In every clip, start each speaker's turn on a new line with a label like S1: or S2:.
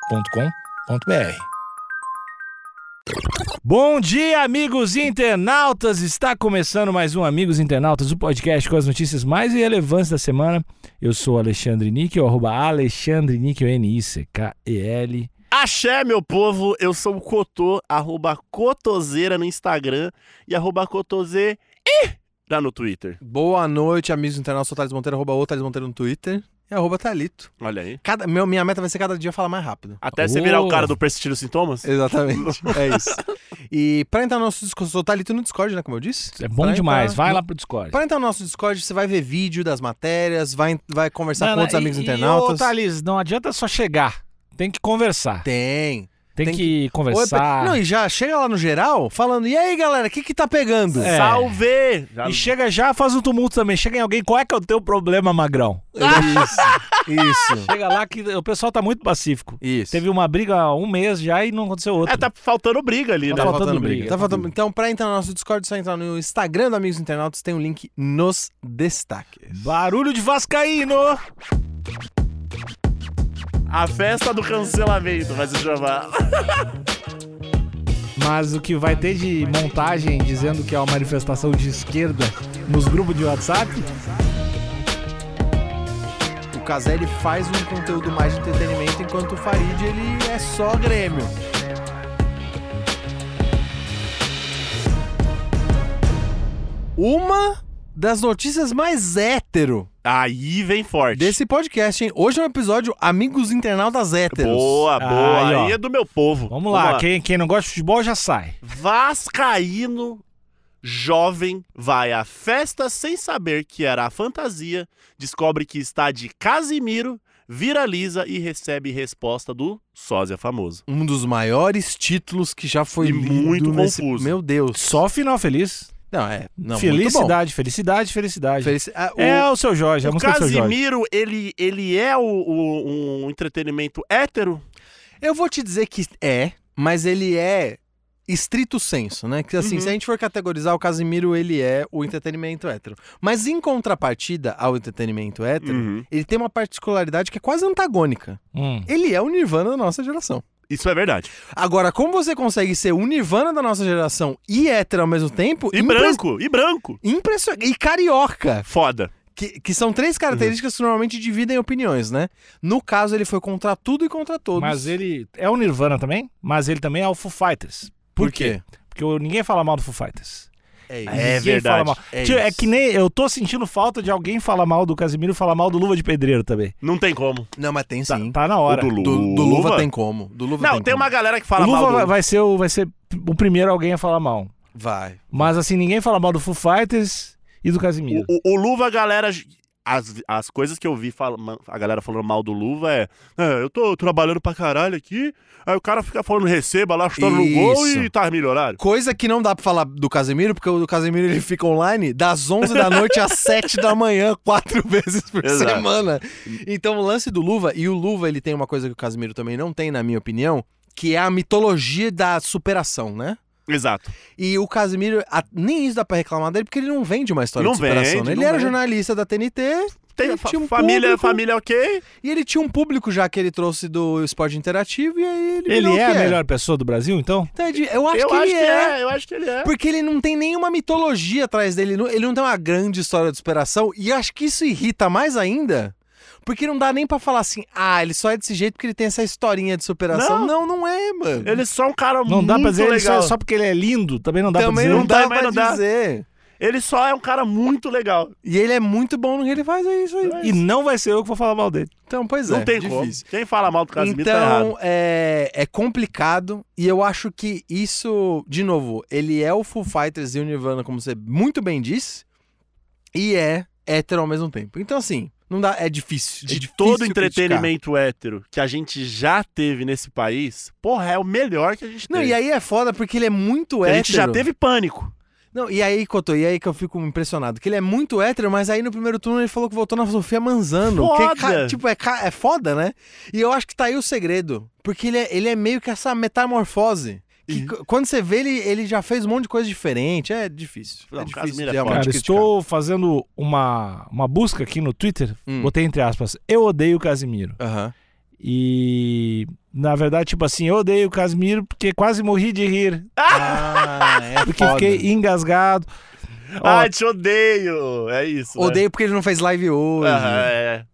S1: agenciadepodcast.com.br.
S2: Bom dia, amigos internautas! Está começando mais um Amigos Internautas, o podcast com as notícias mais relevantes da semana. Eu sou Alexandre Níquel, arroba Alexandre Níquel, N-I-C-K-E-L.
S3: Axé, meu povo! Eu sou o Cotô, arroba Cotoseira no Instagram e arroba Cotoseira no Twitter.
S4: Boa noite, amigos internautas. Sou Thales Monteiro, arroba o Thales Monteiro no Twitter e arroba Thalito.
S3: Olha aí.
S4: Cada, meu, minha meta vai ser cada dia falar mais rápido.
S3: Até você virar
S2: Oh.
S3: o cara do Persistir os Sintomas?
S4: Exatamente. é isso. E pra entrar no nosso Discord, sou Thalito no Discord, né? Como eu disse.
S2: É bom
S4: Pra
S2: demais,
S4: entrar-
S2: vai lá pro Discord.
S4: Pra entrar no nosso Discord, você vai ver vídeo das matérias, vai, vai conversar
S2: Não,
S4: com
S2: não,
S4: outros
S2: e-
S4: amigos
S2: e,
S4: internautas.
S2: Ô, Thalys, não adianta só chegar. Tem que conversar.
S4: Tem.
S2: Tem,
S4: tem
S2: que,
S4: Oi,
S2: conversar.
S4: pe- não, e já chega lá no geral falando, e aí, galera, o que que tá pegando?
S2: É.
S3: Salve! Já-
S4: Tá
S2: E chega já, faz um tumulto também. Chega em alguém, qual é que é o teu problema, magrão?
S4: É Isso, isso,
S2: Chega lá que o pessoal tá muito pacífico.
S4: isso.
S2: Teve uma briga há um mês já e não aconteceu outra.
S3: É, tá faltando briga ali, né?
S2: Tá faltando briga.
S4: Tá faltando- Então, pra entrar no nosso Discord, é só entrar no Instagram do Amigos Internautas, tem um link nos destaques.
S2: Barulho de Vascaíno!
S3: A festa do cancelamento vai se chamar.
S2: Mas o que vai ter de montagem dizendo que é uma manifestação de esquerda nos grupos de WhatsApp?
S4: O Caselli faz um conteúdo mais de entretenimento, enquanto o Farid, ele é só Grêmio. Uma das notícias mais hétero
S3: Aí vem forte.
S4: desse podcast, hein? Hoje é um episódio Amigos Internautas Héteros.
S3: Boa, boa.
S2: Aí,
S3: Aí,
S2: ó.
S3: é do meu povo.
S2: Vamos lá, Quem, quem não gosta de futebol já sai.
S3: Vascaíno jovem vai à festa sem saber que era a fantasia, descobre que está de Casimiro, viraliza e recebe resposta do sósia famoso.
S4: Um dos maiores títulos que já foi
S3: E
S4: lido
S3: muito
S4: nesse...
S3: confuso.
S4: Meu Deus.
S2: Só final feliz.
S4: Não, é. Não, Muito bom.
S2: felicidade, felicidade, felicidade.
S4: Felici- ah, o-
S2: É o seu Jorge, a
S3: O
S2: música do seu Jorge.
S3: Casimiro, ele, ele é o, o- um entretenimento hétero?
S4: Eu vou te dizer que é, mas ele é estrito senso, né? Que assim,
S3: Uhum.
S4: se a gente for categorizar, o Casimiro, ele é o entretenimento hétero. Mas em contrapartida ao entretenimento hétero,
S3: Hum.
S4: ele tem uma particularidade que é quase antagônica.
S2: Hum.
S4: Ele é o Nirvana da nossa geração.
S3: Isso é verdade.
S4: Agora, como você consegue ser o Nirvana da nossa geração e hétero ao mesmo tempo?
S3: E
S4: impre-
S3: branco, e branco.
S4: impressio- E carioca,
S3: Foda.
S4: que, que são três características que normalmente dividem opiniões, né? No caso, ele foi contra tudo e contra todos.
S2: Mas ele é o Nirvana também, mas ele também é o Foo Fighters.
S4: Por, quê?
S2: Porque eu- ninguém fala mal do Foo Fighters.
S4: É isso.
S3: É
S2: Ninguém
S3: verdade,
S2: fala mal.
S4: é
S2: Tio, é
S4: isso.
S2: que nem eu tô sentindo falta de alguém falar mal do Casimiro e falar mal do Luva de Pedreiro também.
S3: Não tem como.
S4: Não, mas tem
S2: Tá,
S4: sim.
S2: tá na hora.
S3: O
S4: Do, do Luva tem como. Do Luva
S3: Não,
S4: tem,
S3: tem
S4: como.
S3: uma galera que fala
S2: O Luva
S3: mal do...
S2: vai, vai ser o, vai ser o primeiro alguém a falar mal.
S4: Vai.
S2: Mas assim, ninguém fala mal do Foo Fighters e do Casimiro.
S3: O, o- o Luva, a galera. As, as coisas que eu vi fala- ma- a galera falando mal do Luva é, "É, Eu tô trabalhando pra caralho aqui. Aí o cara fica falando receba lá, chutando no gol
S4: Isso.
S3: e tá milionário.
S4: Coisa que não dá pra falar do Casemiro, porque o Casemiro ele fica online das 11 da noite às 7 da manhã, quatro vezes por
S3: Exato.
S4: semana. Então o lance do Luva, e o Luva ele tem uma coisa que o Casemiro também não tem, na minha opinião, que é a mitologia da superação, né?
S3: Exato.
S4: E o Casemiro, a- nem isso dá pra reclamar dele, porque ele não vende uma história
S3: Não
S4: de superação.
S3: vende,
S4: né? Ele
S3: não
S4: era
S3: vende.
S4: jornalista da TNT,
S3: Tem
S4: Ele
S3: fa-
S4: tinha um
S3: família,
S4: público.
S3: família ok?
S4: e ele tinha um público já que ele trouxe do esporte interativo, e aí ele.
S2: Ele
S4: virou o
S2: é
S4: que
S2: a melhor pessoa do Brasil, então?
S4: Então, Ed, eu acho
S3: eu
S4: que
S3: acho
S4: ele
S3: que
S4: é.
S3: é. eu acho que ele é.
S4: Porque ele não tem nenhuma mitologia atrás dele, não- ele não tem uma grande história de superação, e eu acho que isso irrita mais ainda, porque não dá nem pra falar assim, ah, ele só é desse jeito porque ele tem essa historinha de superação. Não, não, é, mano.
S3: Ele é só um cara
S2: Não
S3: muito
S2: dá pra dizer ele só,
S3: legal.
S2: só porque ele é lindo, também não dá
S4: Também
S2: pra dizer.
S4: não dá
S3: Também
S4: pra
S3: não dá.
S4: dizer.
S3: Ele só é um cara muito legal.
S4: E ele é muito bom no que ele faz, é isso aí.
S2: E não vai ser eu que vou falar mal dele.
S4: Então, pois é.
S3: não tem
S4: difícil.
S3: como. Quem fala mal do Casimiro tá errado.
S4: Então, é, é complicado, e eu acho que isso, de novo, ele é o Foo Fighters e o Nirvana, como você muito bem disse, e é hétero ao mesmo tempo. Então, assim, não dá, é difícil.
S3: De
S4: difícil
S3: todo
S4: criticar.
S3: entretenimento hétero que a gente já teve nesse país, porra, é o melhor que a gente
S4: Não,
S3: teve.
S4: e aí é foda porque ele é muito
S3: Que
S4: hétero.
S3: a gente já teve pânico.
S4: Não, e aí, Cotô, e aí que eu fico impressionado. Que ele é muito hétero, mas aí no primeiro turno ele falou que voltou na Sofia Manzano.
S3: Foda!
S4: Que, é ca- tipo, é, ca- é foda, né? E eu acho que tá aí o segredo. Porque ele é, ele é meio que essa metamorfose. Que
S3: Uhum.
S4: c- quando você vê ele, ele já fez um monte de coisa diferente. É difícil.
S3: Não,
S4: é
S3: o
S4: difícil
S3: Casimiro é
S4: realmente
S3: foda.
S2: Cara,
S4: criticar.
S2: estou fazendo uma, uma busca aqui no Twitter,
S4: Hum.
S2: botei entre aspas, eu odeio o Casimiro.
S4: Aham.
S2: E na verdade, tipo assim, eu odeio o Casimiro porque quase morri de rir.
S4: Ah, é
S2: Porque
S4: foda.
S2: fiquei engasgado. Ó,
S3: Ah, te odeio! É isso. né?
S4: Odeio porque ele não fez live hoje.
S3: Aham, é.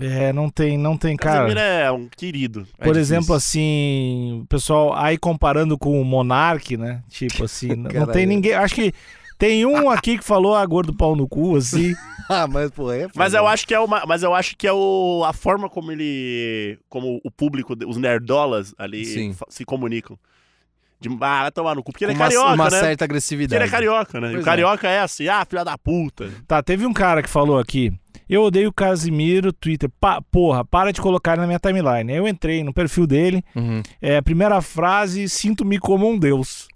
S2: é, não tem, não tem cara.
S3: Casemiro é um querido.
S4: É
S2: Por
S4: difícil.
S2: exemplo, assim, o pessoal aí comparando com o Monark, né? Tipo assim, n- não
S4: Caralho.
S2: tem ninguém. Acho que tem um aqui que falou a gordo pau no cu, assim.
S4: Ah, mas pô, é.
S3: Mas
S4: foda.
S3: eu acho que é uma, mas eu acho que é o, a forma como ele, como o público, os nerdolas ali
S4: Sim.
S3: fa- se comunicam. De ah, vai tomar no cu, porque ele é
S4: Com uma-
S3: carioca,
S4: uma
S3: né?
S4: certa
S3: Porque
S4: agressividade.
S3: ele é carioca, né? E o
S4: Pois é.
S3: carioca é. assim, ah, filha da puta.
S2: Tá, teve um cara que falou aqui. Eu odeio o Casimiro, Twitter. Pa- porra, para de colocar ele na minha timeline. Aí Eu entrei no perfil dele.
S4: Uhum.
S2: É, a primeira frase, sinto-me como um deus.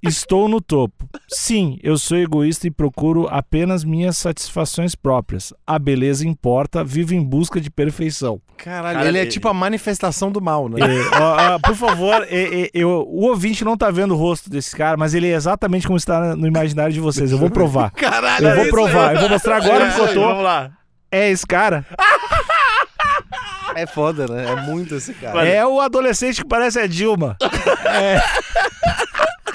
S2: Estou no topo. Sim, eu sou egoísta e procuro apenas minhas satisfações próprias. A beleza importa, vivo em busca de perfeição.
S4: Caralho,
S3: Cara,
S4: ele é
S3: ele-
S4: tipo a manifestação do mal, né?
S2: É, ó, ó, por favor, é, é, eu- o ouvinte não tá vendo o rosto desse cara, mas ele é exatamente como está no imaginário de vocês. Eu vou provar.
S4: Caralho,
S2: Eu
S4: é
S2: vou
S4: isso.
S2: provar. Eu vou mostrar agora
S3: É
S2: no
S3: isso aí,
S2: cotô.
S3: Vamos lá.
S2: É esse cara.
S4: É foda, né? É muito esse cara.
S2: É o adolescente que parece a Dilma.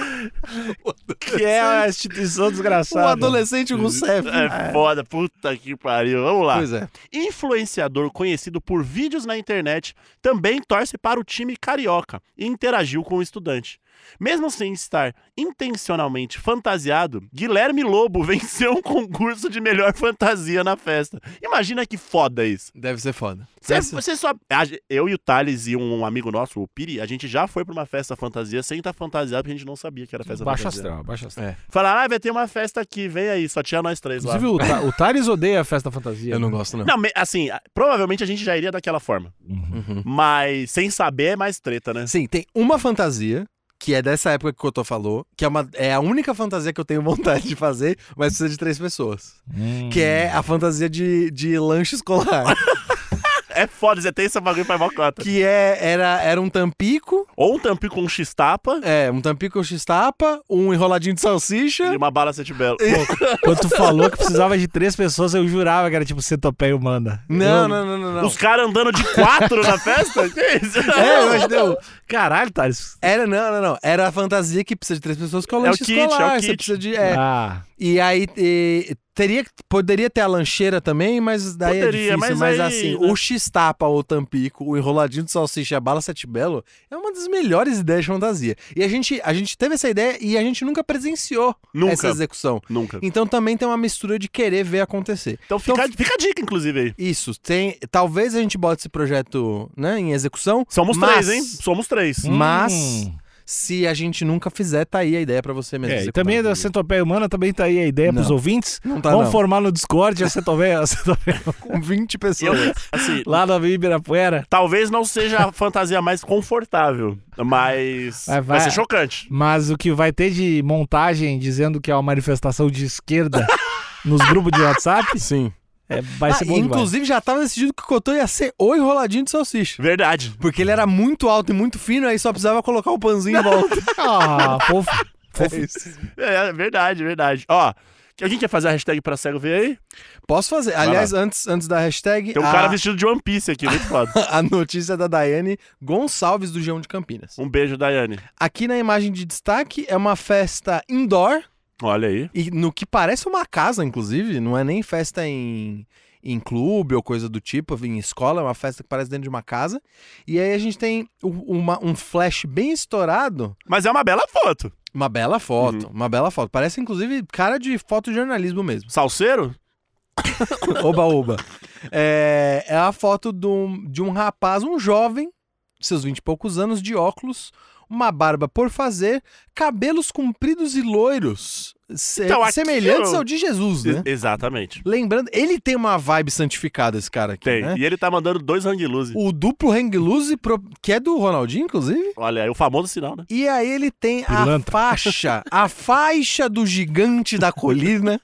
S2: É. Que é a instituição
S4: O
S2: desgraçada.
S4: adolescente Rousseff.
S3: É foda, puta que pariu. Vamos lá.
S4: Pois é.
S3: Influenciador conhecido por vídeos na internet, também torce para o time carioca e interagiu com o estudante. Mesmo sem estar intencionalmente fantasiado, Guilherme Lobo venceu um concurso de melhor fantasia na festa. Imagina que foda isso.
S4: Deve ser foda.
S3: Cê-
S4: Essa-
S3: você é só. a ge- Eu e o Thales e um amigo nosso, o Piri, a gente já foi pra uma festa fantasia sem estar fantasiado, porque a gente não sabia que era festa
S2: Baixa
S3: fantasia.
S2: astral, baixa astral.
S3: Falaram, ah, vai ter uma festa aqui, vem aí, só tinha nós três lá.
S2: Inclusive, o, Ta- o Thales odeia a festa fantasia. né?
S4: Eu não gosto, não.
S3: Não, me- assim, a- provavelmente a gente já iria daquela forma.
S4: Uhum.
S3: Mas sem saber é mais treta, né?
S4: Sim, tem uma fantasia, que é dessa época que o Cotô falou, que é, uma, é a única fantasia que eu tenho vontade de fazer, mas precisa de três pessoas.
S2: Hum.
S4: Que é a fantasia de, de lanche escolar.
S3: É foda, você tem esse bagulho pra mocota.
S4: que é, era, era um tampico,
S3: Ou um tampico com um x-tapa
S4: é, um tampico x-tapa, um enroladinho de
S3: e
S4: salsicha.
S3: uma bala sete belo.
S2: Quando tu falou que precisava de três pessoas, eu jurava que era tipo centopeia humana.
S4: Não,
S2: Eu-
S4: não, não, não, não.
S3: Os caras andando de quatro na festa? Que isso?
S4: É, eu acho que deu.
S2: Caralho, Thales.
S4: Era, não, não, não. Era a fantasia que precisa de três pessoas, que é o
S3: É o
S4: lanche
S3: kit, é o
S4: escolar. Você
S3: kit.
S4: precisa de. é.
S2: Ah,
S4: E aí e, teria, poderia ter a lancheira também, mas daí
S3: Poderia,
S4: é difícil.
S3: mas
S4: Mas,
S3: aí,
S4: assim,
S3: né?
S4: o X-Tapa ou o Tampico, o enroladinho de salsicha e a bala sete belo é uma das melhores ideias de fantasia. E a gente, a gente teve essa ideia e a gente nunca presenciou
S3: Nunca.
S4: essa execução.
S3: Nunca.
S4: é- Então também tem uma mistura de querer ver acontecer.
S3: Então fica, fica a dica, inclusive, aí.
S4: Isso, tem, talvez a gente bote esse projeto né, em execução.
S3: Somos
S4: Mas-
S3: três, hein? Somos três.
S4: Mas,
S2: Hum.
S4: se a gente nunca fizer, tá aí a ideia pra você mesmo.
S2: É, e
S4: executar.
S2: também da centopeia humana, também tá aí a ideia pros
S4: Não.
S2: ouvintes.
S4: Não tá,
S2: Vamos
S4: não.
S2: formar no Discord a centopeia, a centopeia
S4: Com 20
S3: Eu,
S4: pessoas.
S3: assim,
S2: lá na Ibirapuera.
S3: Talvez não seja a fantasia mais confortável, mas
S2: Vai,
S3: vai,
S2: vai.
S3: ser chocante.
S2: Mas o que vai ter de montagem dizendo que é uma manifestação de esquerda nos grupos de WhatsApp
S4: Sim.
S2: é, vai
S4: Ah,
S2: ser bom
S4: e,
S2: demais.
S4: inclusive já tava decidido que o Cotô ia ser o enroladinho de salsicha.
S3: Verdade.
S4: Porque ele era muito alto e muito fino, aí só precisava colocar o panzinho em volta.
S2: Ah, fofo. fofo.
S3: É, é verdade, verdade. Ó, alguém quer fazer a hashtag pra cego ver aí?
S4: Posso fazer. Aliás, antes, antes da hashtag,
S3: Tem um
S4: a,
S3: cara vestido de One Piece aqui, muito foda.
S4: a notícia da Daiane Gonçalves do Geão de Campinas.
S3: Um beijo, Daiane.
S4: Aqui na imagem de destaque é uma festa indoor,
S3: Olha aí.
S4: e no que parece uma casa, inclusive, não é nem festa em, em clube ou coisa do tipo, em escola, é uma festa que parece dentro de uma casa. E aí a gente tem u- uma- um flash bem estourado
S3: Mas é uma bela foto.
S4: Uma bela foto,
S3: Uhum.
S4: uma bela foto. Parece, inclusive, cara de fotojornalismo mesmo. Né?
S3: Salseiro?
S4: Oba, oba. É, é a foto de um, de um rapaz, um jovem, seus vinte e poucos anos, de óculos, uma barba por fazer, cabelos compridos e loiros, se-
S3: Então, aqui
S4: semelhantes
S3: eu-
S4: ao de Jesus, né?
S3: E- Exatamente.
S4: Lembrando, ele tem uma vibe santificada, esse cara aqui,
S3: Tem.
S4: né?
S3: E ele tá mandando dois hang loose.
S4: O duplo hang loose, pro- que é do Ronaldinho, inclusive.
S3: Olha aí, o famoso sinal, né?
S4: E aí ele tem
S2: Pilantra.
S4: a faixa, a faixa do gigante da colina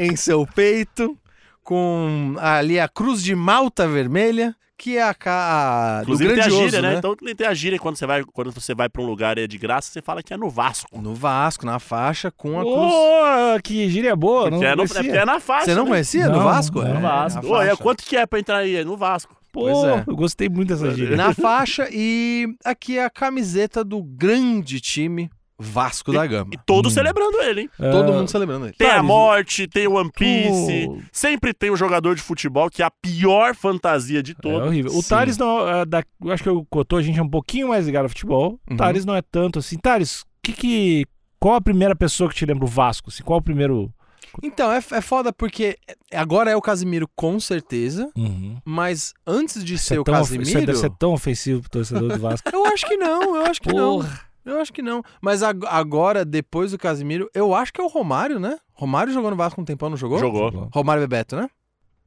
S4: em seu peito, com ali a cruz de malta vermelha, que é a, ca- a do
S3: Inclusive tem a
S4: grandioso,
S3: gíria, né?
S4: né?
S3: Então tem a gíria quando você vai, quando você vai pra um lugar e é de graça, você fala que é no Vasco.
S4: No Vasco, na faixa, com a cruz.
S2: Ô, que gíria boa, não
S3: Porque é, no- é
S4: né?
S2: conhecia.
S3: porque é na faixa.
S4: Você não
S3: né?
S4: conhecia?
S2: Não,
S4: no Vasco?
S2: não.
S4: É,
S3: No
S2: É,
S3: Vasco.
S4: na
S3: Ô, e
S4: faixa.
S3: quanto que é pra entrar aí? É No Vasco.
S2: Pô,
S4: Pois é.
S2: eu gostei muito dessa gíria.
S4: Na faixa e aqui é a camiseta do grande time Vasco da Gama.
S3: Todos
S2: Hum.
S3: celebrando ele, hein?
S2: Ah,
S4: Todo mundo celebrando ele.
S3: Tem
S2: Tá,
S3: a
S2: eles-
S3: morte, tem o One Piece.
S2: o-
S3: Sempre tem o jogador de futebol que é a pior fantasia de
S2: É
S3: todas.
S2: horrível. O
S4: Sim.
S2: Thales não. é, da- eu acho que o Cotô, a gente é um pouquinho mais ligado ao futebol. O
S4: Uhum.
S2: Thales não é tanto assim. Thales, que que. Qual a primeira pessoa que te lembra o Vasco? Assim, qual o primeiro.
S4: Então, é, é foda porque agora é o Casimiro com certeza,
S2: Uhum.
S4: mas antes de ser
S2: é
S4: o
S2: tão ofe- isso é-
S4: Casimiro,
S2: deve ser tão ofensivo pro torcedor do Vasco.
S4: eu acho que não, eu acho que não.
S2: Porra.
S4: Eu acho que não. Mas ag- agora, depois do Casimiro, eu acho que é o Romário, né? Romário jogou no Vasco um tempão, não jogou?
S3: Jogou.
S4: Romário e Bebeto, né?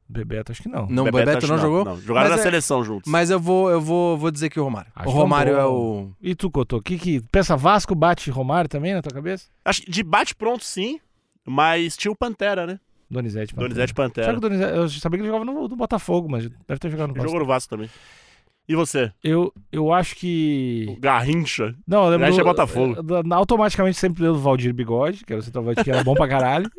S2: Bebeto, acho que não.
S4: Não, Bebeto,
S3: acho
S4: não,
S3: que
S4: jogou.
S3: Não. Jogaram
S4: Mas
S3: na
S4: é-
S3: seleção juntos.
S4: Mas eu vou, eu vou, vou dizer que o Romário.
S2: Acho
S4: o Romário
S2: que é um
S4: é
S2: bom.
S4: o.
S2: E tu, Cotô, que que. Pensa Vasco, bate Romário também na tua cabeça?
S3: Acho que de bate-pronto, sim. Mas tinha o Pantera, né?
S2: Donizete. Pantera.
S3: Donizete
S2: Será
S3: Pantera.
S2: que o Donizete. Eu sabia que ele jogava no, no Botafogo, mas deve ter jogado no
S3: Ele
S2: Vasco.
S3: Jogou no Vasco também. E você?
S2: Eu, eu acho
S3: O
S2: que.
S3: Garrincha?
S2: Não, eu lembro.
S3: Leste
S2: do-
S3: é Botafogo.
S2: eh, da- automaticamente sempre lembro do Valdir Bigode, que era o centroavante que era bom pra caralho.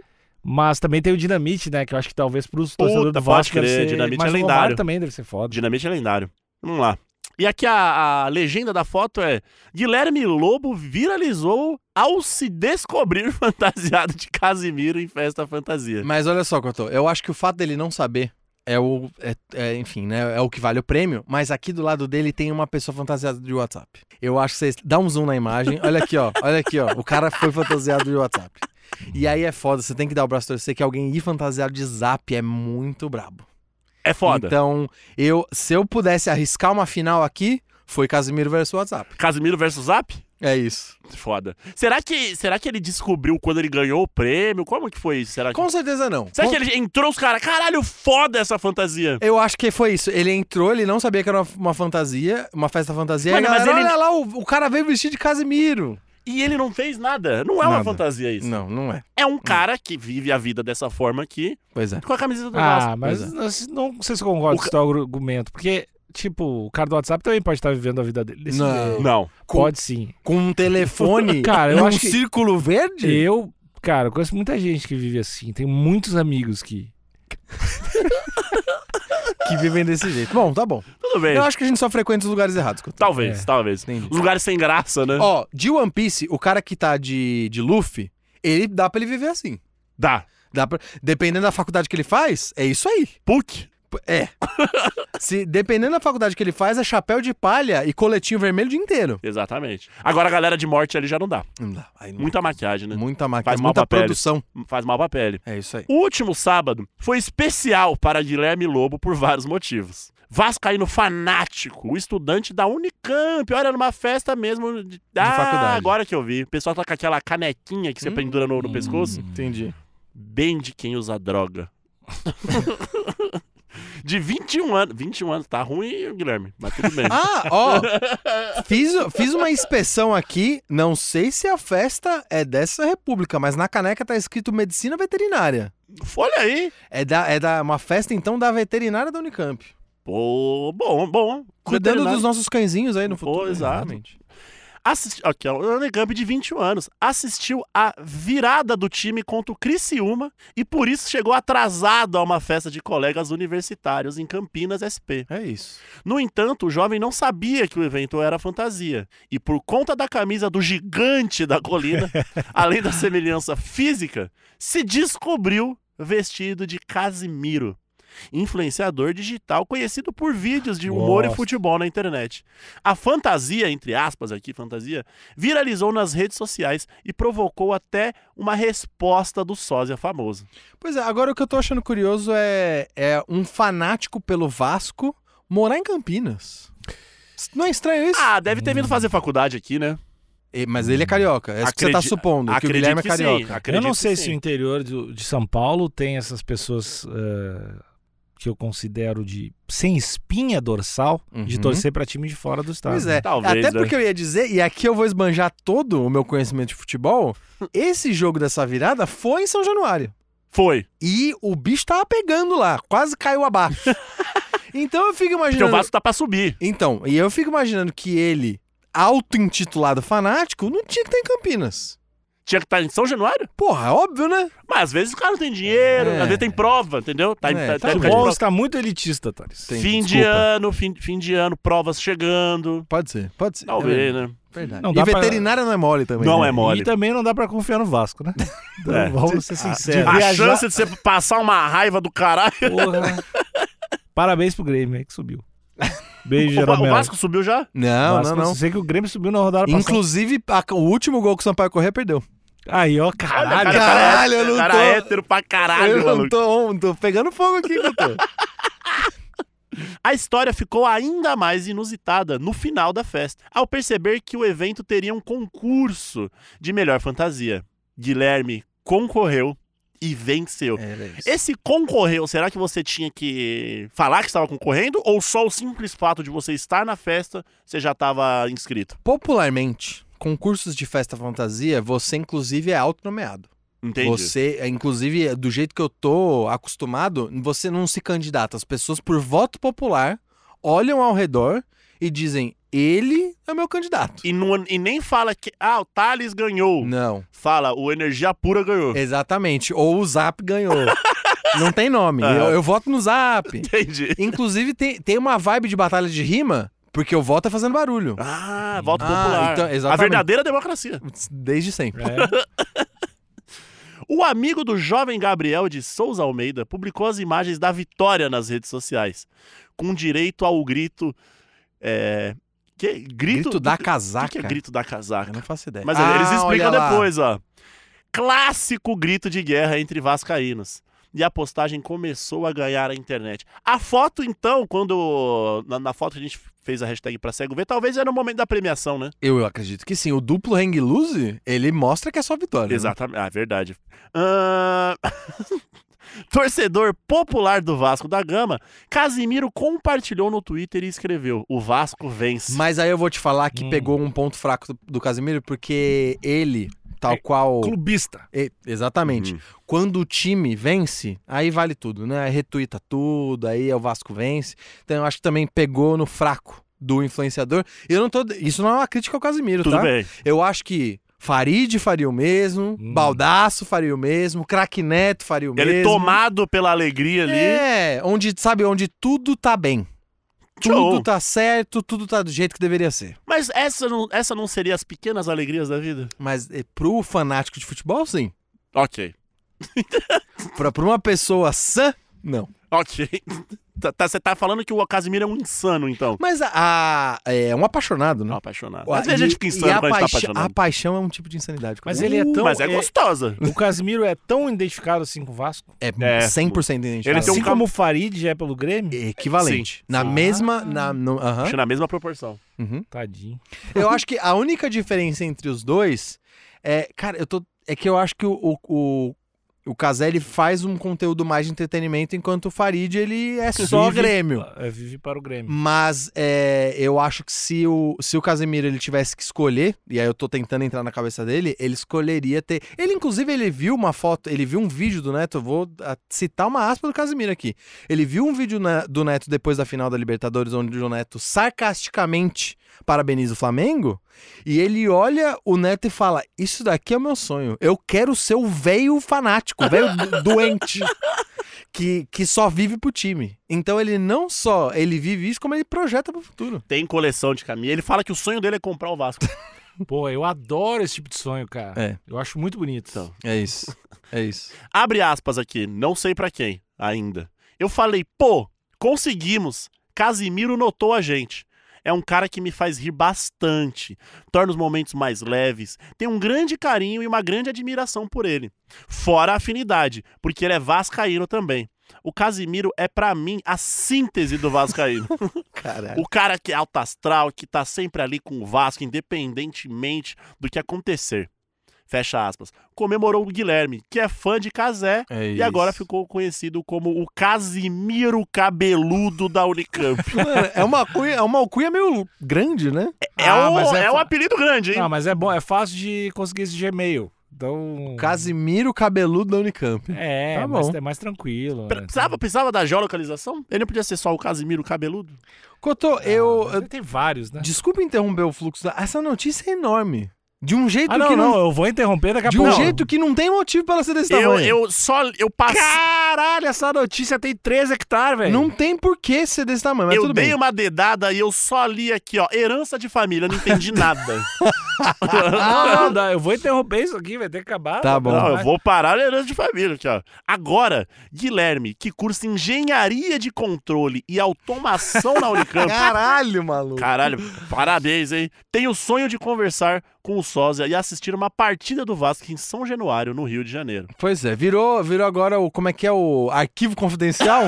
S2: Mas também tem o Dinamite, né? Que eu acho que talvez pros torcedores do
S3: pode
S2: Vasco deve
S3: crer,
S2: ser...
S3: Dinamite
S2: mas
S3: é
S2: o Romário
S3: lendário.
S2: também deve ser foda.
S3: Dinamite é lendário. Vamos lá. E aqui a, a legenda da foto é: Guilherme Lobo viralizou ao se descobrir fantasiado de Casimiro em festa fantasia.
S4: Mas olha só, Cotô, eu acho que o fato dele não saber é o. é- é, enfim, né? É o que vale o prêmio. Mas aqui do lado dele tem uma pessoa fantasiada de WhatsApp. Eu acho que vocês. Dá um zoom na imagem. Olha aqui, ó. Olha aqui, ó. O cara foi fantasiado de WhatsApp. E aí é foda, você tem que dar o braço a torcer que alguém ir fantasiado de zap é muito brabo.
S3: É foda.
S4: Então, eu, se eu pudesse arriscar uma final aqui, foi Casimiro versus WhatsApp.
S3: Casimiro versus Zap?
S4: É isso.
S3: Foda. Será que, será que ele descobriu quando ele ganhou o prêmio? Como que foi isso? Será que,
S4: Com certeza não.
S3: será
S4: Com-
S3: que é ele entrou os caras? Caralho, foda essa fantasia.
S4: Eu acho que foi isso. Ele entrou, ele não sabia que era uma, uma fantasia, uma festa fantasia.
S3: Mano,
S4: e a
S3: mas
S4: galera,
S3: ele-
S4: Olha lá, o, o cara veio vestido de Casimiro.
S3: E ele não fez nada. Não é uma
S4: Nada.
S3: fantasia isso.
S4: Não, não é.
S3: É um cara que vive a vida dessa forma aqui
S4: Pois é.
S3: com a camiseta do
S2: Ah,
S3: Vasco.
S2: mas
S4: pois
S2: não, se- não sei se eu concordo
S3: é. O
S2: com o teu argumento, porque, tipo, o cara do WhatsApp também pode estar vivendo a vida dele. desse
S4: Não.
S2: jeito.
S3: Não.
S2: Pode sim.
S4: Com um telefone
S2: Cara, eu
S4: num
S2: acho que-
S4: círculo verde?
S2: Eu, cara, eu conheço muita gente que vive assim. Tem muitos amigos que...
S4: Que vivem desse jeito. Bom, tá bom.
S3: Tudo bem.
S4: Eu acho que a gente só frequenta os lugares errados. Couto.
S3: Talvez,
S2: É.
S3: talvez.
S4: Entendi.
S3: Os lugares sem graça, né?
S4: Ó, de One Piece, o cara que tá de, de Luffy, ele dá pra ele viver assim.
S3: Dá.
S4: Dá pra... Dependendo da faculdade que ele faz, é isso aí.
S3: PUC?
S4: É. Se, dependendo da faculdade que ele faz, é chapéu de palha e coletinho vermelho o dia inteiro.
S3: Exatamente. Agora a galera de morte ali já não dá.
S4: Não dá. Aí não
S3: Muita maquiagem, né?
S4: Muita máquina,
S3: Faz mal
S4: muita
S3: pra pele.
S4: produção.
S3: Faz mal pra pele.
S4: É isso aí.
S3: O último sábado foi especial para Guilherme Lobo por vários motivos. Vascaíno fanático, o estudante da Unicamp, olha, numa festa mesmo de, ah,
S4: faculdade.
S3: agora que eu vi. O pessoal tá com aquela canequinha que você
S4: Hum.
S3: pendura no, no pescoço.
S4: Entendi.
S3: Bem de quem usa droga. de 21 anos. 21 anos, tá ruim, Guilherme, mas tudo bem.
S4: Ah, ó. fiz, fiz uma inspeção aqui. Não sei se a festa é dessa república, mas na caneca tá escrito medicina veterinária.
S3: Olha aí.
S4: É da, é da uma festa, então, da veterinária da Unicamp.
S3: Pô, bom, bom.
S4: Cuidando
S3: Veterinário.
S4: dos nossos cãezinhos aí no
S3: Pô,
S4: futuro.
S3: exato. Assisti... Aqui, ó, o Unicamp de 21 anos. Assistiu a virada do time contra o Criciúma e por isso chegou atrasado a uma festa de colegas universitários em Campinas SP.
S4: É isso.
S3: No entanto, o jovem não sabia que o evento era fantasia. E por conta da camisa do gigante da colina, além da semelhança física, se descobriu vestido de Casimiro. Influenciador digital conhecido por vídeos de humor e
S2: Nossa.
S3: futebol na internet. A fantasia, entre aspas aqui, fantasia, viralizou nas redes sociais e provocou até uma resposta do sósia famoso.
S4: Pois é, agora o que eu tô achando curioso é, é um fanático pelo Vasco morar em Campinas. Não é estranho isso?
S3: Ah, deve ter vindo fazer faculdade aqui, né?
S4: E- Mas ele é carioca. É isso que você tá
S3: Acredi-
S4: supondo. Que o
S3: Acredito
S4: Guilherme é
S3: que sim,
S4: carioca.
S3: acredito
S2: eu não
S3: que
S2: sei se
S3: sim.
S2: o interior do- de São Paulo tem essas pessoas eh, que eu considero de sem espinha dorsal de
S4: Uhum.
S2: torcer pra time de fora do estado.
S4: Pois é.
S3: Talvez,
S4: Até
S3: né?
S4: porque eu ia dizer, e aqui eu vou esbanjar todo o meu conhecimento de futebol, esse jogo dessa virada foi em São Januário.
S3: Foi.
S4: E o bicho tava pegando lá, quase caiu abaixo. então eu fico
S3: Porque o
S4: imaginando...
S3: Vasco tá pra subir.
S4: Então, e eu fico imaginando que ele, auto-intitulado fanático, não tinha que estar em Campinas.
S3: Tinha que estar em São Januário?
S4: Porra, é óbvio, né?
S3: Mas às vezes o cara não tem dinheiro,
S4: É.
S3: às vezes tem prova, entendeu? Tá, em-
S4: É,
S3: tá-
S4: tá
S3: tá em
S4: bom.
S3: época de prova.
S2: está muito elitista, Thales.
S4: Tem-
S3: Fim de
S4: desculpa.
S3: ano, fim, fim de ano, provas chegando.
S4: Pode ser, pode ser. É
S3: Talvez, né?
S4: Verdade.
S2: Não
S4: e
S2: dá pra-
S4: veterinária não é mole também.
S3: Não
S4: né?
S3: é mole.
S2: E também não dá pra confiar no Vasco, né? Então,
S3: É.
S2: Vamos ser sinceros.
S3: A
S2: Viajar-
S3: chance de você passar uma raiva do caralho.
S2: Porra. Parabéns pro Grêmio, aí que subiu. Beijo,
S3: O, Va-
S2: Jeromel.
S3: o Vasco subiu já?
S4: Não,
S2: Vasco,
S4: não,
S2: Eu
S4: não.
S2: sei que o Grêmio subiu na rodada passada.
S4: Inclusive, a- o último gol que o Sampaio Corrêa perdeu.
S2: Aí, ó,
S3: Olha,
S2: caralho.
S3: cara, cara é
S4: caralho,
S3: hétero,
S4: eu não
S3: cara
S4: tô-
S3: é hétero pra caralho,
S4: eu
S3: maluco.
S4: não tô, tô pegando fogo aqui, doutor.
S3: A história ficou ainda mais inusitada no final da festa, ao perceber que o evento teria um concurso de melhor fantasia. Guilherme concorreu e venceu. Esse concorreu, será que você tinha que falar que estava concorrendo? Ou só o simples fato de você estar na festa, você já estava inscrito?
S4: Popularmente, concursos de festa fantasia, você inclusive é autonomeado.
S3: Entende?
S4: Você, é, inclusive, do jeito que eu tô acostumado, você não se candidata. As pessoas, por voto popular, olham ao redor e dizem: ele é meu candidato.
S3: E, não- e nem fala que, ah, o Thales ganhou.
S4: Não, É.
S3: Fala, o Energia Pura ganhou.
S4: exatamente. Ou o Zap ganhou. não tem nome.
S3: É.
S4: Eu, eu voto no Zap.
S3: Entendi.
S4: Inclusive, tem, tem uma vibe de batalha de rima, porque o voto é fazendo barulho.
S3: Ah, voto
S4: Ah,
S3: popular.
S4: então,
S3: A
S4: exatamente.
S3: verdadeira democracia.
S4: Desde sempre.
S2: É.
S3: O amigo do jovem Gabriel de Souza Almeida publicou as imagens da vitória nas redes sociais, com direito ao grito. É, que, grito,
S4: Grito, da
S3: O
S4: casaca.
S3: que que é grito da casaca?
S4: Eu não faço ideia.
S3: Mas é,
S4: Ah,
S3: eles explicam
S4: olha lá.
S3: depois, ó. Clássico grito de guerra entre vascaínos. E a postagem começou a ganhar a internet. A foto, então, quando. Na, na foto que a gente fez a hashtag pra cego ver, talvez era o momento da premiação, né?
S4: Eu acredito que sim. O duplo hang loose, ele mostra que é só vitória. né?
S3: Exatamente. Ah, verdade. Ahn, Torcedor popular do Vasco da Gama, Casimiro compartilhou no Twitter e escreveu: O Vasco vence.
S4: Mas aí eu vou te falar que
S2: Hum.
S4: pegou um ponto fraco do, do Casemiro, porque ele, tal qual.
S2: Clubista.
S4: E- exatamente.
S3: É Uhum.
S4: Quando o time vence, aí vale tudo, né? Aí retuita tudo, aí é o Vasco vence. Então eu acho que também pegou no fraco do influenciador. Eu não tô. Isso não é uma crítica ao Casimiro,
S3: Tudo
S4: tá?
S3: bem.
S4: Eu acho que Farid faria o mesmo,
S2: Hum.
S4: Baldaço faria o mesmo, Craque Neto faria o
S3: Ele
S4: mesmo.
S3: tomado pela alegria ali.
S4: É, onde, sabe, onde tudo tá bem.
S3: Show.
S4: Tudo tá certo, tudo tá do jeito que deveria ser.
S3: Mas essa não, essa não seria as pequenas alegrias da vida?
S4: Mas eh, pro fanático de futebol, sim.
S3: Ok.
S4: Pra, pra uma pessoa sã, não.
S3: Ok. Tá- tá- Você tá, falando que o Casimiro é um insano, então.
S4: Mas a, a- é um apaixonado, né?
S3: Apaixonado. Às vezes a gente fica
S4: e
S3: insano
S4: a,
S3: quando a gente tá
S4: paixão- a
S3: apaixonado.
S4: paixão é um tipo de insanidade.
S2: Mas ele é tão.
S3: Mas é
S2: é-
S3: gostosa.
S2: o Casimiro é tão identificado assim com o Vasco.
S4: É
S3: É,
S4: 100% identificado.
S3: Ele tem um
S2: assim
S3: ca-
S2: como o Farid já é pelo Grêmio.
S4: É equivalente.
S3: Sim.
S4: na
S3: Sim.
S2: Ah.
S4: mesma. Na, no, aham,
S3: Acho na mesma proporção.
S4: uhum.
S2: Tadinho.
S4: Eu acho que a única diferença entre os dois é, cara, eu tô. É que eu acho que o, o, o, o Cazé, ele faz um conteúdo mais de entretenimento, enquanto o Farid ele é só
S2: Vive-
S4: Grêmio.
S2: É, vive para o Grêmio.
S4: Mas é, eu acho que se o, se o Casemiro ele tivesse que escolher, e aí eu tô tentando entrar na cabeça dele, ele escolheria ter. Ele, inclusive, ele viu uma foto, ele viu um vídeo do Neto, eu vou ah, citar uma aspa do Casemiro aqui. Ele viu um vídeo na- do Neto depois da final da Libertadores, onde o Neto sarcasticamente parabeniza o Flamengo, e ele olha o Neto e fala: Isso daqui é o meu sonho. Eu quero ser o velho fanático, o velho do- doente que, que só vive pro time. Então ele não só ele vive isso, como ele projeta pro futuro.
S3: Tem coleção de caminho. Ele fala que o sonho dele é comprar o Vasco.
S2: Pô, eu adoro esse tipo de sonho, cara.
S4: É.
S2: Eu acho muito bonito.
S3: Então.
S4: É isso. É isso.
S3: Abre aspas aqui, não sei pra quem ainda. Eu falei, pô, conseguimos. Casimiro notou a gente. É um cara que me faz rir bastante, torna os momentos mais leves, tem um grande carinho e uma grande admiração por ele. Fora a afinidade, porque ele é vascaíno também. O Casimiro é pra mim a síntese do vascaíno.
S4: Caralho.
S3: O cara que é alto astral, que tá sempre ali com o Vasco, independentemente do que acontecer. Fecha aspas. Comemorou o Guilherme, que é fã de Casé
S4: É
S3: e agora ficou conhecido como o Casimiro Cabeludo da Unicamp.
S4: é uma alcunha, é uma alcunha meio grande, né?
S3: É,
S2: Ah,
S3: um,
S2: mas é
S3: é, um
S2: fa-
S3: apelido grande, hein?
S2: Não, mas é bom, é fácil de conseguir esse Gmail. Então.
S4: É. Casimiro Cabeludo da Unicamp.
S2: É,
S4: Tá
S2: mas
S4: bom.
S2: é mais tranquilo. né?
S3: Precisava, precisava da geolocalização? Ele não podia ser só o Casimiro Cabeludo?
S4: Cotô,
S2: Ah,
S4: eu,
S2: mas
S4: eu
S2: Tem vários, né?
S4: desculpa interromper o fluxo da essa notícia é enorme. De um jeito
S2: Ah, não,
S4: que não.
S2: não, eu vou interromper daqui a
S4: De um
S2: pouco.
S4: jeito que não tem motivo pra ela ser desse
S3: Eu,
S4: tamanho.
S3: eu só. Eu passei.
S2: Caralho, essa notícia tem 3 hectares, velho.
S4: Não tem por que ser desse tamanho, mas
S3: eu
S4: tudo
S3: dei
S2: um-
S4: bem.
S3: uma dedada e eu só li aqui, ó. Herança de família, eu não entendi nada.
S2: Não, não, não, eu vou interromper isso aqui, vai ter que acabar.
S4: Ah. Tá bom.
S3: Não, eu vou parar na herança de família aqui, ó. Agora, Guilherme, que cursa engenharia de controle e automação na Unicamp.
S4: Caralho, maluco.
S3: Caralho, parabéns, hein? Tem o sonho de conversar com o sósia e assistir uma partida do Vasco em São Januário, no Rio de Janeiro.
S4: Pois é, virou, virou agora o. Como é que é o arquivo confidencial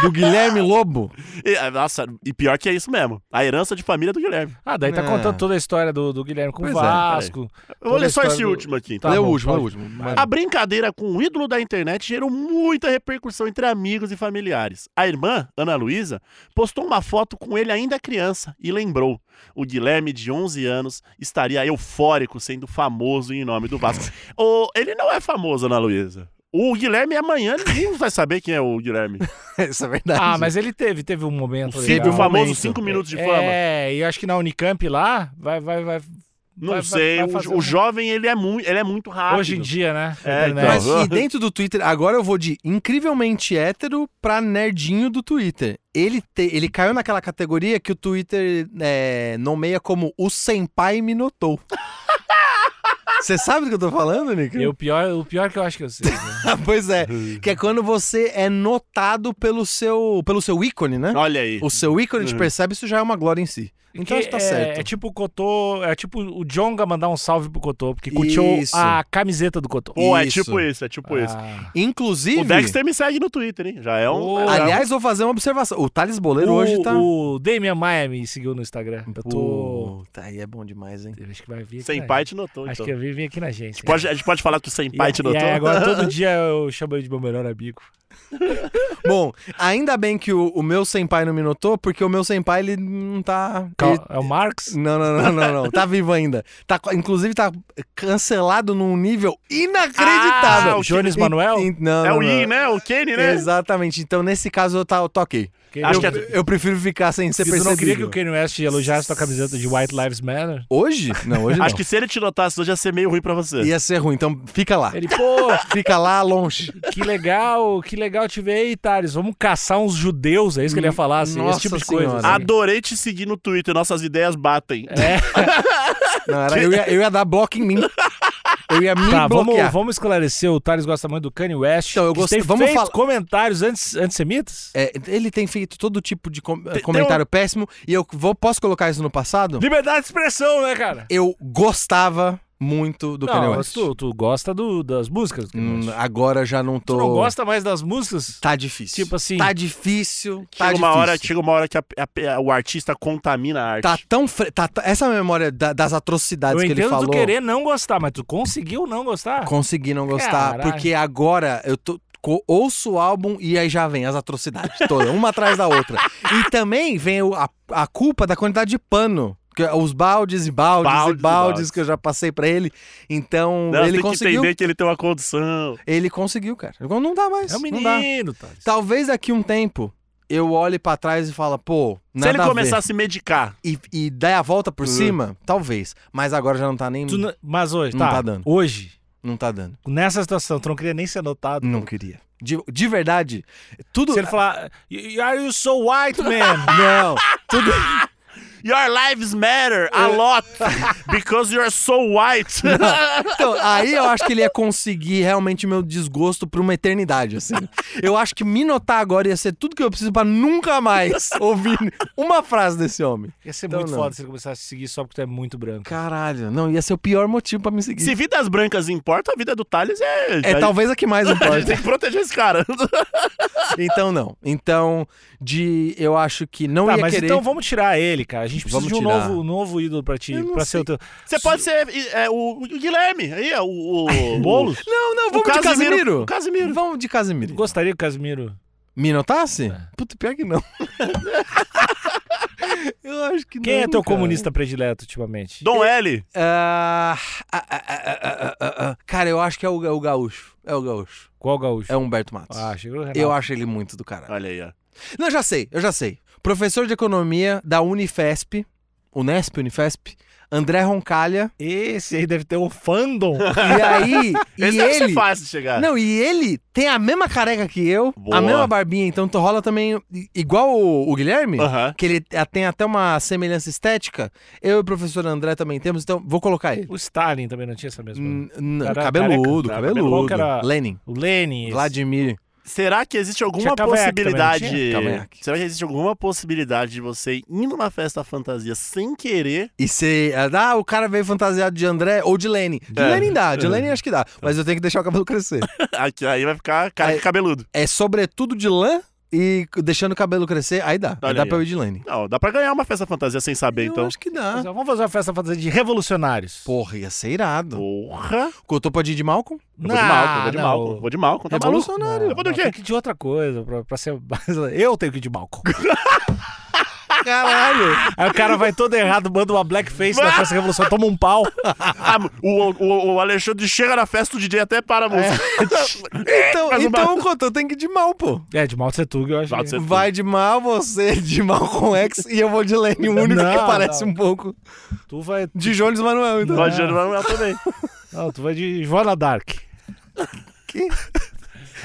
S4: do Guilherme Lobo?
S3: E, ah, nossa, e pior que é isso mesmo. A herança de família do Guilherme.
S2: Ah, daí tá
S4: É.
S2: contando toda a história do, do Guilherme com o
S4: Pois é,
S2: Vasco.
S3: Eu vou
S2: Toda a
S3: ler só
S2: história
S3: esse
S2: do-
S3: último aqui,
S2: Tá
S4: lê o
S2: bom,
S4: último, lê o
S2: pode. Ah,
S4: último.
S2: Vai.
S3: A brincadeira com o ídolo da internet gerou muita repercussão entre amigos e familiares. A irmã, Ana Luísa, postou uma foto com ele ainda criança e lembrou: o Guilherme, de 11 anos, estaria eufórico sendo famoso em nome do Vasco. Ô, ele não é famoso, Ana Luísa. O Guilherme é amanhã ninguém vai saber quem é o Guilherme.
S4: Isso é verdade.
S2: Ah, mas ele teve, teve um momento
S4: Teve
S2: legal.
S3: o famoso
S4: momento.
S3: 5 minutos de
S2: É,
S3: fama.
S2: É, e eu acho que na Unicamp lá, vai, vai, vai.
S3: não
S2: vai- vai-
S3: sei,
S2: vai
S3: o-
S2: fazer
S3: o,
S2: um-
S3: jovem ele é, mu ele é muito rápido.
S2: Hoje em dia, né?
S3: É,
S2: Internet.
S3: então.
S4: Mas e dentro do Twitter, agora eu vou de incrivelmente hétero pra nerdinho do Twitter. Ele, te- ele caiu naquela categoria que o Twitter é, nomeia como o Senpai me notou. Você sabe do que eu tô falando, Nico?
S2: E o pior, o pior que eu acho que eu sei. né?
S4: pois é. Que é quando você é notado pelo seu, pelo seu ícone, né?
S3: Olha aí.
S4: O seu ícone te
S3: Uhum.
S4: percebe, isso já é uma glória em si. Então
S2: Que
S4: isso tá
S2: é,
S4: certo.
S2: É tipo o Cotô, é tipo o Jonga mandar um salve pro Cotô, porque curtiu
S4: Isso.
S2: a camiseta do Cotô.
S3: Ou é
S4: Isso.
S3: tipo isso, é tipo isso.
S2: Ah.
S4: Inclusive,
S3: O Dexter me segue no Twitter, hein? Já é um.
S2: Ô,
S3: é um-
S4: aliás, vou fazer uma observação. O Thales Boleiro
S2: o,
S4: hoje tá.
S2: O Damian Maia me seguiu no Instagram. Eu tô.
S4: Pô, tá aí é bom demais, hein?
S2: Eu Acho que vai vir. aqui
S3: Sem
S2: na
S3: pai
S2: gente.
S3: te notou,
S2: é. Acho
S3: então.
S2: que eu vim vir aqui na gente. né?
S3: Pode- a gente pode falar que o Senpai te
S2: e, e
S3: notou?
S2: aí, agora todo dia eu chamo ele de meu melhor amigo.
S4: Bom, ainda bem que o, o meu senpai não me notou, porque o meu senpai, ele não tá. ele-
S2: É o Marx?
S4: Não, não, não, não, não. Tá vivo ainda. Tá, co- inclusive, tá cancelado num nível inacreditável.
S3: Ah, o
S2: Jones
S4: E-
S2: Manuel?
S4: e- não,
S3: É
S4: não,
S3: o I,
S4: não.
S3: né? O Kenny, né?
S4: Exatamente. Então, nesse caso, eu, tá, eu tô ok.
S2: Que-
S3: Acho que
S4: eu,
S3: é-
S4: eu prefiro ficar sem ser
S2: Se tu não queria que
S4: percebido.
S2: o Kanye West elogiasse tua camiseta de White Lives Matter?
S4: Hoje? Não, hoje não.
S3: Acho que se ele te notasse hoje ia ser meio ruim pra você.
S4: Ia ser ruim, então fica lá.
S2: Ele, pô,
S4: Fica lá longe.
S2: que legal, que legal te ver aí, Thales. Vamos caçar uns judeus, é isso que ele ia falar, assim,
S4: Nossa
S2: esse tipo de
S4: Senhora.
S2: coisa. assim.
S3: Adorei te seguir no Twitter, nossas ideias batem.
S2: É.
S4: Não, era- eu, ia, eu ia dar bloco em mim. Eu ia me
S2: Tá,
S4: bloquear.
S2: vamos, vamos esclarecer, o Thales gosta muito do Kanye West.
S4: Então, eu
S2: que
S4: gostei-
S2: tem
S4: vamos
S2: feito
S4: falar-
S2: comentários antes, antissemitas?
S4: É, ele tem feito todo tipo de com- comentário péssimo e eu vou, posso colocar isso no passado?
S2: Liberdade um de expressão, né, cara?
S4: Eu gostava muito do Kanye
S2: não, mas
S4: West.
S2: tu, tu gosta do- das músicas do Kanye
S4: Hum,
S2: West.
S4: agora já não tô.
S2: Tu não gosta mais das músicas?
S4: Tá difícil.
S2: Tipo assim-
S4: Tá difícil. Tá
S3: chega,
S4: difícil.
S3: uma hora, chega uma hora que a- a- o artista contamina a arte.
S4: Tá tão. fre- tá- tá- essa memória da- das atrocidades
S2: eu
S4: que ele
S2: entendo
S4: falou.
S2: tu querer não gostar, mas tu conseguiu não
S3: Ah.
S2: gostar?
S4: Consegui não gostar,
S2: Caralho.
S4: porque agora eu tô. co- Ouço o álbum e aí já vem as atrocidades todas, uma atrás da outra. E também vem o- a, a culpa da quantidade de pano. que- é Os baldes e baldes,
S3: Baldes
S4: e
S3: e
S4: baldes
S3: baldes.
S4: que eu já passei pra ele. Então,
S3: Não, Né? você
S4: ele
S3: tem que
S4: conseguiu.
S3: entender que ele tem uma condição.
S4: Ele conseguiu, cara. Agora Não dá mais.
S2: É um
S4: não dá.
S2: menino, Thales.
S4: Talvez daqui um tempo eu olhe pra trás e fala, pô, nada
S3: se ele
S4: a ver.
S3: começar a se medicar,
S4: e, e der a volta
S3: Hum.
S4: por cima, talvez. Mas agora já não tá nem.
S2: Tu
S4: Não...
S2: não- mas hoje,
S4: Não
S2: tá,
S4: tá dando.
S2: hoje,
S4: tá dando.
S2: nessa situação, tu não queria nem ser notado.
S4: Não queria. De, de verdade, tudo.
S2: Se ele falar, "You- are you so white, man?
S4: É, Não, tudo.
S3: Your lives matter
S4: É.
S3: a lot because you're so white.
S4: Então, aí eu acho que ele ia conseguir realmente o meu desgosto por uma eternidade, assim. Eu acho que me notar agora ia ser tudo que eu preciso pra nunca mais ouvir uma frase desse homem.
S2: Ia ser
S4: Então
S2: muito
S4: não.
S2: foda se ele começasse a te seguir só porque tu é muito branco.
S4: Caralho, não, ia ser o pior motivo pra me seguir.
S3: se vidas brancas importam, a vida do Thales é.
S4: É
S3: a-
S4: talvez a que mais
S3: a gente
S4: importa.
S3: tem que proteger esse cara.
S4: Então não. Então, de eu acho que não
S2: Tá,
S4: ia
S2: mas
S4: querer.
S2: então vamos tirar ele, cara. A gente precisa
S4: Vamos
S2: de um
S4: tirar.
S2: novo, novo ídolo pra ti.
S4: Eu não
S2: Pra ser o teu.
S3: Você pode ser é, o, o Guilherme, aí, ó, o, o Boulos.
S4: Não, não,
S3: O
S4: vamos de Casimiro.
S3: o Casimiro.
S4: Vamos de Casimiro.
S2: Gostaria que o Casimiro.
S4: Me notasse?
S2: É.
S4: Puta, pior que não. eu acho que
S2: Quem
S4: não,
S2: é teu
S4: cara.
S2: comunista predileto ultimamente?
S3: Dom L.
S4: Ah, ah, ah, ah, ah, ah, ah, ah. Cara, eu acho que é o, é o Gaúcho. É o Gaúcho.
S2: Qual gaúcho?
S4: É o Humberto Matos.
S2: Ah, chegou o
S3: é
S2: Renato.
S4: eu acho ele muito do caralho.
S3: Olha aí, ó.
S4: Não, eu já sei, eu já sei. Professor de economia da Unifesp, Unesp, Unifesp, André Roncalha.
S2: Esse aí deve ter o fandom.
S4: E aí, e
S3: Esse é deve ser
S4: ele.
S3: fácil de chegar.
S4: Não, e ele tem a mesma careca que eu,
S3: Boa.
S4: a mesma barbinha, então tu rola também i- igual o, o Guilherme,
S3: Aham.
S4: que ele a- tem até uma semelhança estética. Eu e o professor André também temos, então vou colocar ele.
S2: O Stalin também não tinha essa mesma.
S4: Hum, n-
S3: tá,
S2: Cara-
S4: cabeludo,
S2: careca. Qual
S4: cabeludo.
S2: que era-
S4: Lenin,
S2: O Lenin. esse.
S4: Vladimir.
S3: Será que existe alguma
S2: Tinha cavanhaque
S3: possibilidade?
S2: também,
S4: não tinha? Cavanhaque.
S3: Será que existe alguma possibilidade de você ir numa festa fantasia sem querer?
S4: E se. Ah, o cara veio fantasiado de André ou de Lenin. De
S3: É.
S4: Lenin dá, de Lenin acho que dá. Mas eu tenho que deixar o cabelo crescer.
S3: Aqui, aí vai ficar cara
S4: Aí-
S3: de cabeludo.
S4: É sobretudo de lã e deixando o cabelo crescer, aí dá.
S3: Olha
S4: aí dá
S3: aí,
S4: pra
S3: ó.
S4: eu ir de Lenin.
S3: Não, dá pra ganhar uma festa fantasia sem saber,
S4: eu
S3: então.
S4: acho que
S2: Mas,
S4: dá.
S2: ó, Vamos fazer uma festa fantasia de revolucionários.
S4: Porra, ia ser irado.
S3: Porra!
S4: Cotou pode ir de Malcolm?
S3: Eu vou de Malcolm, eu vou de
S2: não.
S3: Malcolm, eu vou de Malcolm, tá maluco?
S4: Revolucionário.
S3: Eu vou do
S2: não,
S3: quê?
S2: tem que ir de outra coisa, pra, pra ser. Eu tenho que ir de balcão.
S4: Caralho.
S2: Aí o cara vai todo errado, manda uma blackface na festa revolução, toma um pau.
S3: Ah, o, o, o Alexandre chega na festa, o DJ até
S4: É.
S3: para a música.
S4: Então,
S3: Faz uma-
S4: então Cotô tem que ir de mal, pô.
S2: É, de Mao Tse Tung, eu acho.
S3: Mao
S2: que-
S3: Tse-
S4: Vai de mal você, de mal com X, e eu vou de Lenin, o único que
S2: Não,
S4: parece
S2: não.
S4: um pouco
S2: Tu vai.
S4: de Jones Manuel. Então.
S3: Nós já não vamos também.
S2: Não, tu vai de Joana Dark.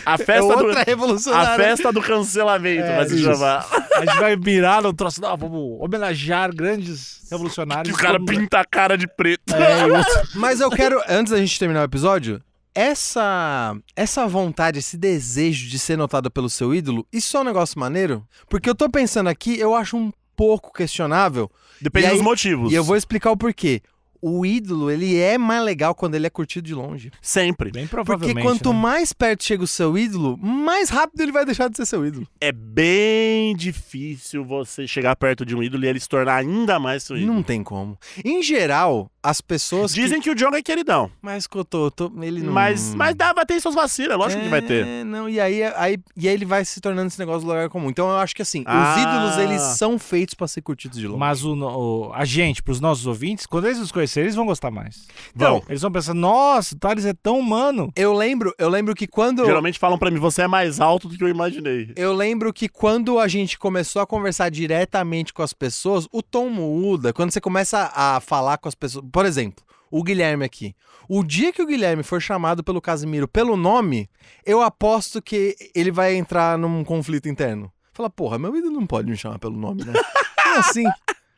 S3: A
S4: É
S3: festa,
S4: outra
S3: do, a
S4: revolucionária.
S3: festa do cancelamento
S2: É,
S3: vai se
S2: isso.
S3: chamar.
S2: A gente vai mirar no troço. Não, vamos homenagear grandes
S3: Que
S2: revolucionários.
S3: o cara
S2: Todo mundo-
S3: pinta a cara de preto.
S2: É, eu-
S4: Mas eu quero, antes da gente terminar o episódio, essa essa vontade, esse desejo de ser notado pelo seu ídolo, isso é um negócio maneiro? Porque eu tô pensando aqui, eu acho um pouco questionável,
S3: Depende
S4: E aí-
S3: dos motivos.
S4: e eu vou explicar o porquê. O ídolo, ele é mais legal quando ele é curtido de longe.
S3: Sempre.
S2: Bem
S4: Porque
S2: provavelmente.
S4: quanto
S2: né?
S4: mais perto chega o seu ídolo, mais rápido ele vai deixar de ser seu ídolo.
S3: É bem difícil você chegar perto de um ídolo e ele se tornar ainda mais seu ídolo.
S4: Não tem como. Em geral, as pessoas. que-
S3: Dizem que o John é queridão.
S4: Mas Cotô, tô- ele não.
S3: Mas, mas dá, vai ter suas vacilas, lógico que vai ter.
S4: Hum. É, Não, e aí, aí, e aí ele vai se tornando esse negócio do lugar comum. Então eu acho que assim,
S3: Ah.
S4: os ídolos eles são feitos pra ser curtidos de longe.
S2: Mas o, no- o- a gente, pros nossos ouvintes, quando eles nos conhecerem, eles vão gostar mais.
S4: Então-
S3: Vão.
S2: Eles vão pensar, nossa, o Thales é tão humano.
S4: Eu lembro, eu lembro que quando
S3: Geralmente falam pra mim, você é mais alto do que eu imaginei.
S4: eu lembro que quando a gente começou a conversar diretamente com as pessoas, o tom muda. Quando você começa a falar com as pessoas, por exemplo, o Guilherme aqui. O dia que o Guilherme for chamado pelo Casimiro pelo nome, eu aposto que ele vai entrar num conflito interno. Fala, porra, meu ídolo não pode me chamar pelo nome, né? Não é assim.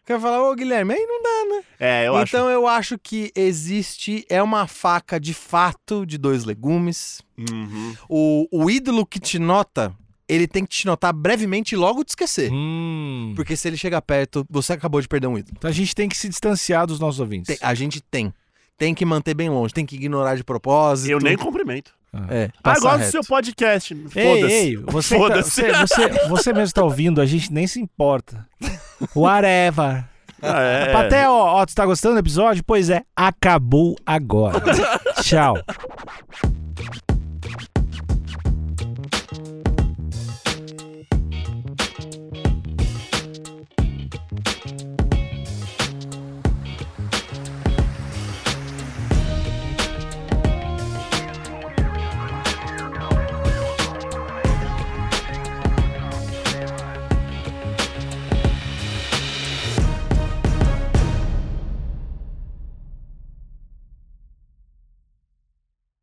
S4: Quer falar, ô Guilherme, aí não dá, né?
S3: É, eu acho.
S4: então eu acho que existe, é uma faca de fato de dois legumes.
S3: Uhum.
S4: O, o ídolo que te nota, ele tem que te notar brevemente e logo te esquecer.
S2: Hum.
S4: Porque se ele chegar perto, você acabou de perder um ídolo.
S2: Então a gente tem que se distanciar dos nossos ouvintes.
S4: Tem- a gente tem. Tem que manter bem longe, tem que ignorar de propósito.
S3: Eu nem cumprimento.
S4: É,
S3: Ah,
S4: passar
S3: gosto do
S4: reto.
S3: seu podcast.
S2: Ei,
S3: Foda-se.
S2: ei, você, que tá,
S3: Foda-se.
S2: você, você, você mesmo tá ouvindo, a gente nem se importa. Whatever.
S3: Ah, é, é.
S2: Até, ó, ó, tu tá gostando do episódio? Pois é, acabou agora. Tchau.